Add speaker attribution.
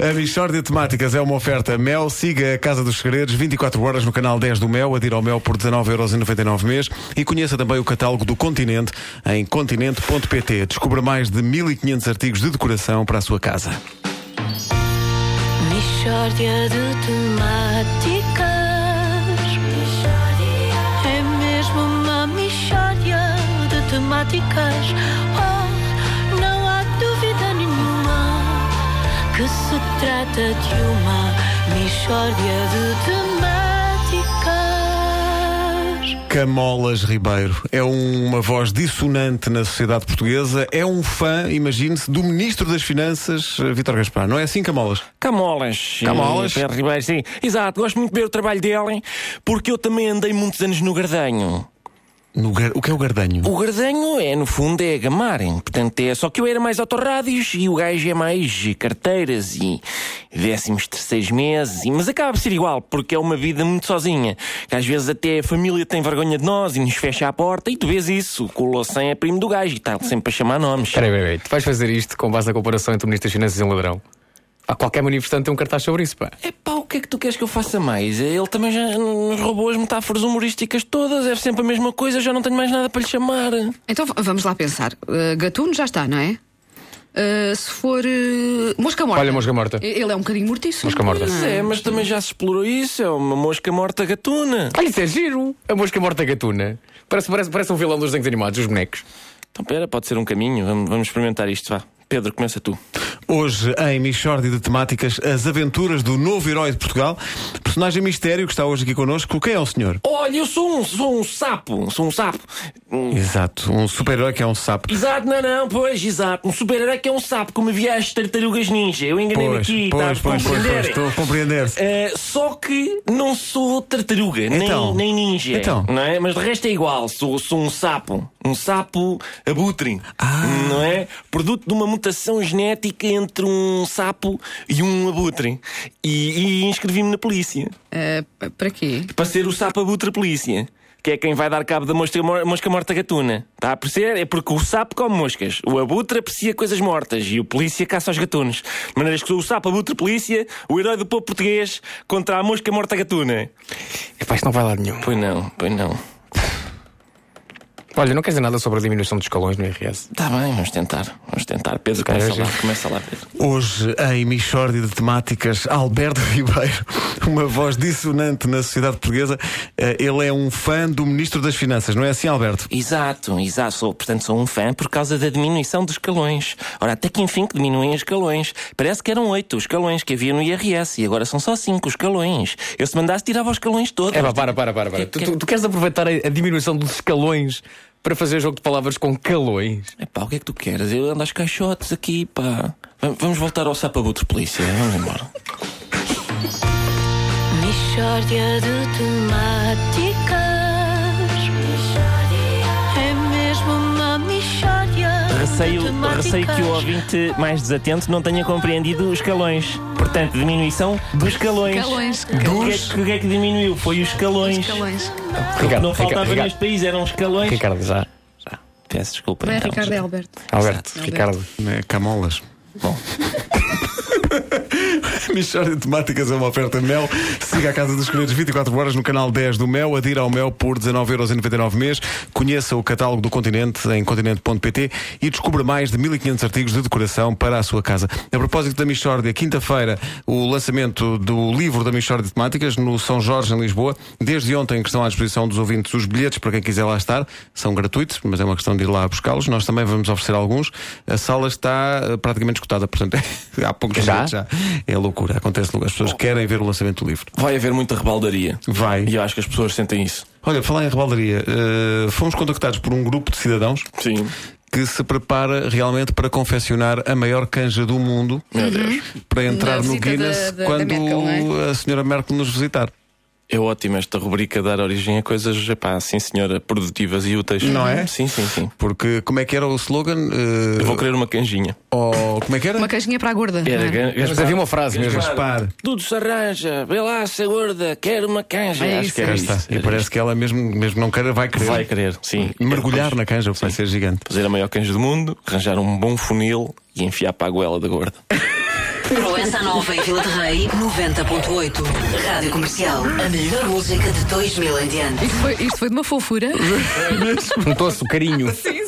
Speaker 1: A Michórdia de Temáticas é uma oferta Mel. Siga a Casa dos Segredos 24 horas no canal 10 do Mel. Adira ao Mel por 19,99€ mês. E conheça também o catálogo do Continente em continente.pt. Descubra mais de 1500 artigos de decoração para a sua casa.
Speaker 2: Mistória de temáticas. É mesmo uma mistória de temáticas. Oh, não há dúvida nenhuma que se trata de uma mistória de temáticas.
Speaker 1: Camolas Ribeiro é um- uma voz dissonante na sociedade portuguesa. É um fã, imagine-se, do Ministro das Finanças, Vitor Gaspar. Não é assim, Camolas?
Speaker 3: Camolas.
Speaker 1: Camolas?
Speaker 3: Eh, Pedro Ribeiro, sim. Exato, gosto muito de ver o trabalho dele, porque eu também andei muitos anos no Gardanho.
Speaker 1: No gar- O que é o Gardanho?
Speaker 3: O Gardanho é, no fundo, é gamarem. Portanto, é só que eu era mais autorrádios e o gajo é mais carteiras e décimos terceiros meses. e- Mas acaba por ser igual, porque é uma vida muito sozinha. Que às vezes até a família tem vergonha de nós e nos fecha a porta e tu vês isso. O Lossem é primo do gajo e está sempre a chamar nomes.
Speaker 4: Peraí, peraí, peraí. Tu vais fazer isto com base na comparação entre o Ministro das Finanças e um ladrão? Há qualquer manifestante tem um cartaz sobre isso, pá.
Speaker 3: É pá, o que é que tu queres que eu faça mais? Ele também já nos roubou as metáforas humorísticas todas, é sempre a mesma coisa, já não tenho mais nada para lhe chamar.
Speaker 5: Então v- vamos lá pensar. Uh, gatuno já está, não é? Uh, se for. uh, mosca morta.
Speaker 4: Olha, mosca morta.
Speaker 5: E- Ele é um bocadinho mortíssimo.
Speaker 4: Mosca morta.
Speaker 3: Pois é, mas também já se explorou isso, é uma mosca morta gatuna.
Speaker 4: Olha, isso é giro! A mosca morta gatuna. Parece, parece, parece um vilão dos desenhos animados, os bonecos.
Speaker 3: Então pera, pode ser um caminho, vamos, vamos experimentar isto, vá. Pedro, começa tu.
Speaker 1: Hoje, em Michórdia de Temáticas, as aventuras do novo herói de Portugal, personagem mistério que está hoje aqui connosco. Quem é o senhor?
Speaker 3: Olha, eu sou um, sou um sapo, sou um sapo. Hum,
Speaker 1: Exato, um super-herói que é um sapo.
Speaker 3: Exato, não, não, pois, exato. Um super-herói que é um sapo, como havia as tartarugas ninja. Eu enganei-me
Speaker 1: Pois,
Speaker 3: aqui,
Speaker 1: pois,
Speaker 3: tá?
Speaker 1: pois, pois, pois,
Speaker 3: Compreenderem.
Speaker 1: estou a compreender-se.
Speaker 3: Uh, só que não sou tartaruga,
Speaker 1: Então?
Speaker 3: nem, nem ninja.
Speaker 1: Então?
Speaker 3: Não é? Mas de resto é igual, sou, sou um sapo. Um sapo abutre.
Speaker 1: Ah.
Speaker 3: Não é? Produto de uma mutação genética entre um sapo e um abutre. E, e inscrevi-me na polícia.
Speaker 5: Uh, p- para quê?
Speaker 3: Para ser o sapo abutre polícia. Que é quem vai dar cabo da mosca, mor- mosca morta gatuna. Está a perceber? É porque o sapo come moscas, o abutre aprecia coisas mortas e o polícia caça os gatunos. De maneiras que sou o sapo abutre polícia, o herói do povo português contra a mosca morta gatuna.
Speaker 4: Epá, isto não vai lá nenhum.
Speaker 3: Pois não, pois não.
Speaker 4: Olha, não quer dizer nada sobre a diminuição dos escalões no IRS.
Speaker 3: Está bem, vamos tentar. Vamos tentar. Pedro,
Speaker 4: calhar
Speaker 3: começa
Speaker 4: já-
Speaker 3: lá, começa lá, Pedro.
Speaker 1: Hoje, em Michórdia de Temáticas, Alberto Ribeiro, uma voz dissonante na sociedade portuguesa, eh, ele é um fã do Ministro das Finanças, não é assim, Alberto?
Speaker 3: Exato, exato. Sou, portanto, sou um fã por causa da diminuição dos escalões. Ora, até que enfim que diminuem os escalões. Parece que eram oito os escalões que havia no IRS e agora são só cinco os escalões. Eu se mandasse tirava os escalões todos.
Speaker 4: É pá, para, para, para. para. Tu, tu- tu queres aproveitar a, a diminuição dos escalões para fazer jogo de palavras com calões?
Speaker 3: Epá, o que é que tu queres? Eu ando aos caixotes aqui, pá. Va- Vamos voltar ao sapabuto polícia. Vamos embora.
Speaker 2: Mistória de temáticas. É mesmo uma mistória. de
Speaker 3: Receio,
Speaker 2: temáticas.
Speaker 3: receio que o ouvinte mais desatento não tenha compreendido os escalões. Portanto, diminuição dos escalões.
Speaker 5: Calões.
Speaker 3: O que, é que, o que é que diminuiu? Foi os escalões.
Speaker 5: Calões.
Speaker 4: Ricardo,
Speaker 3: não faltava
Speaker 4: Ricardo,
Speaker 3: neste país, eram escalões.
Speaker 4: Ricardo, já.
Speaker 3: Peço desculpa.
Speaker 5: Não é
Speaker 3: então.
Speaker 5: Ricardo é Alberto.
Speaker 4: Alberto, Ricardo.
Speaker 1: É, Camolas. Bom. Michórdia de Temáticas é uma oferta Mel. Siga a Casa dos Segredos 24 horas no canal 10 do Mel. Adira ao Mel por 19,99€ mês. Conheça o catálogo do Continente em continente.pt e descubra mais de 1500 artigos de decoração para a sua casa. A propósito da Michórdia, quinta-feira, o lançamento do livro da Michórdia de Temáticas no São Jorge, em Lisboa. Desde ontem que estão à disposição dos ouvintes os bilhetes para quem quiser lá estar. São gratuitos, mas é uma questão de ir lá buscá-los. Nós também vamos oferecer alguns. A sala está eh, praticamente esgotada, portanto, há poucos
Speaker 4: Já?
Speaker 1: bilhetes já. É loucura, acontece logo. As pessoas
Speaker 3: Oh.
Speaker 1: querem ver o lançamento do livro.
Speaker 3: Vai haver muita rebaldaria.
Speaker 1: Vai.
Speaker 3: E eu acho que as pessoas sentem isso.
Speaker 1: Olha, falar em rebaldaria, eh, fomos contactados por um grupo de cidadãos
Speaker 3: Sim.
Speaker 1: que se prepara realmente para confeccionar a maior canja do mundo Uhum.
Speaker 3: Meu Deus.
Speaker 1: para entrar no
Speaker 5: Na visita
Speaker 1: Guinness
Speaker 5: da- da- da
Speaker 1: quando
Speaker 5: Merkel, não é?
Speaker 1: a senhora Merkel nos visitar.
Speaker 3: É ótimo esta rubrica dar origem a coisas, epá, sim senhora, produtivas e úteis.
Speaker 1: Não é?
Speaker 3: Sim, sim, sim.
Speaker 1: Porque como é que era o slogan? Eh,
Speaker 3: Eu vou querer uma canjinha.
Speaker 1: ou- como é que era?
Speaker 5: Uma caixinha para a gorda. não
Speaker 3: Era,
Speaker 5: é?
Speaker 3: gan-
Speaker 4: Mas havia uma frase mesmo.
Speaker 1: Gaspar.
Speaker 3: Tudo se arranja, vê lá, se gorda, quero uma canja.
Speaker 5: É
Speaker 3: acho
Speaker 5: isso,
Speaker 3: que
Speaker 5: é
Speaker 3: era
Speaker 1: Cá
Speaker 3: isso.
Speaker 1: está. E
Speaker 3: Era
Speaker 1: parece que ela mesmo, mesmo não queira, vai
Speaker 3: isso.
Speaker 1: querer
Speaker 3: Vai querer, sim.
Speaker 1: mergulhar
Speaker 3: Depois
Speaker 1: na canja, vai ser gigante.
Speaker 3: Fazer a maior canja do mundo, arranjar um bom funil e enfiar para a goela da gorda.
Speaker 2: Cruel. Essa nova em Vila de Rei, 90.8. Rádio Comercial. A melhor música de 2000 em diante.
Speaker 5: Isto foi, isto foi de uma fofura.
Speaker 4: Notou-se o carinho.
Speaker 5: sim,